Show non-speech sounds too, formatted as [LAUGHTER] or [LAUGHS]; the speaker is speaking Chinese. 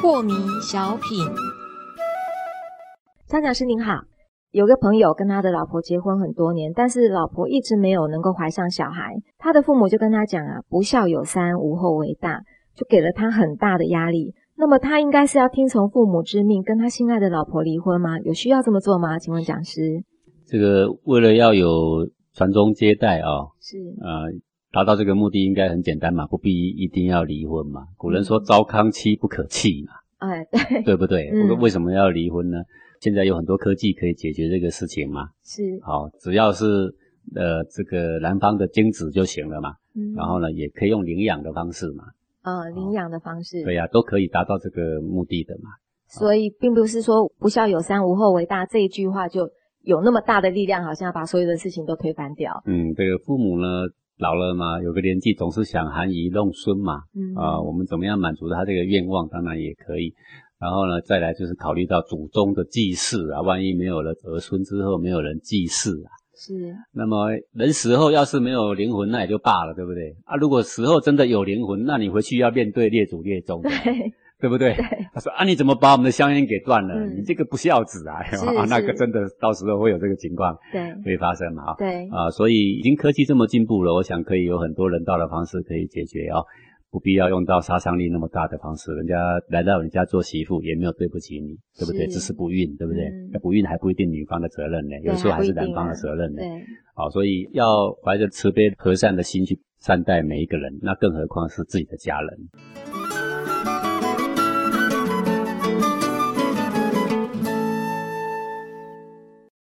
破迷小品，张讲师您好，有个朋友跟他的老婆结婚很多年，但是老婆一直没有能够怀上小孩，他的父母就跟他讲啊，不孝有三，无后为大，就给了他很大的压力。那么他应该是要听从父母之命，跟他心爱的老婆离婚吗？有需要这么做吗？请问讲师，这个为了要有传宗接代啊、是呃，达到这个目的应该很简单嘛，不必一定要离婚嘛。古人说“糟糠妻不可弃”嘛，哎，对，对不对？嗯不过为什么要离婚呢？现在有很多科技可以解决这个事情嘛。是，好，只要是呃这个男方的精子就行了嘛，嗯然后呢，也可以用领养的方式嘛，呃，领养的方式，对呀、都可以达到这个目的的嘛。所以并不是说“不孝有三，无后为大”这一句话就有那么大的力量，好像要把所有的事情都推翻掉。嗯，这个父母呢老了嘛，有个年纪总是想含饴弄孙嘛，嗯啊、我们怎么样满足他这个愿望，当然也可以。然后呢，再来就是考虑到祖宗的祭祀啊，万一没有了儿孙之后没有人祭祀啊，是那么人死后要是没有灵魂，那也就罢了，对不对？啊，如果死后真的有灵魂，那你回去要面对列祖列宗的， [LAUGHS] [LAUGHS] 对，对不对？他说啊，你怎么把我们的香烟给断了？嗯你这个不孝子啊！是啊， [LAUGHS] 那个是真的到时候会有这个情况对，会发生嘛？啊，对，啊，所以已经科技这么进步了，我想可以有很多人道的方式可以解决啊、不必要用到杀伤力那么大的方式。人家来到你家做媳妇也没有对不起你，对不对？是只是不孕，对不对？嗯那不孕还不一定女方的责任呢，对有时候还还不是一定男方的啊责任呢。对，啊，所以要怀着慈悲和善的心去善待每一个人，那更何况是自己的家人。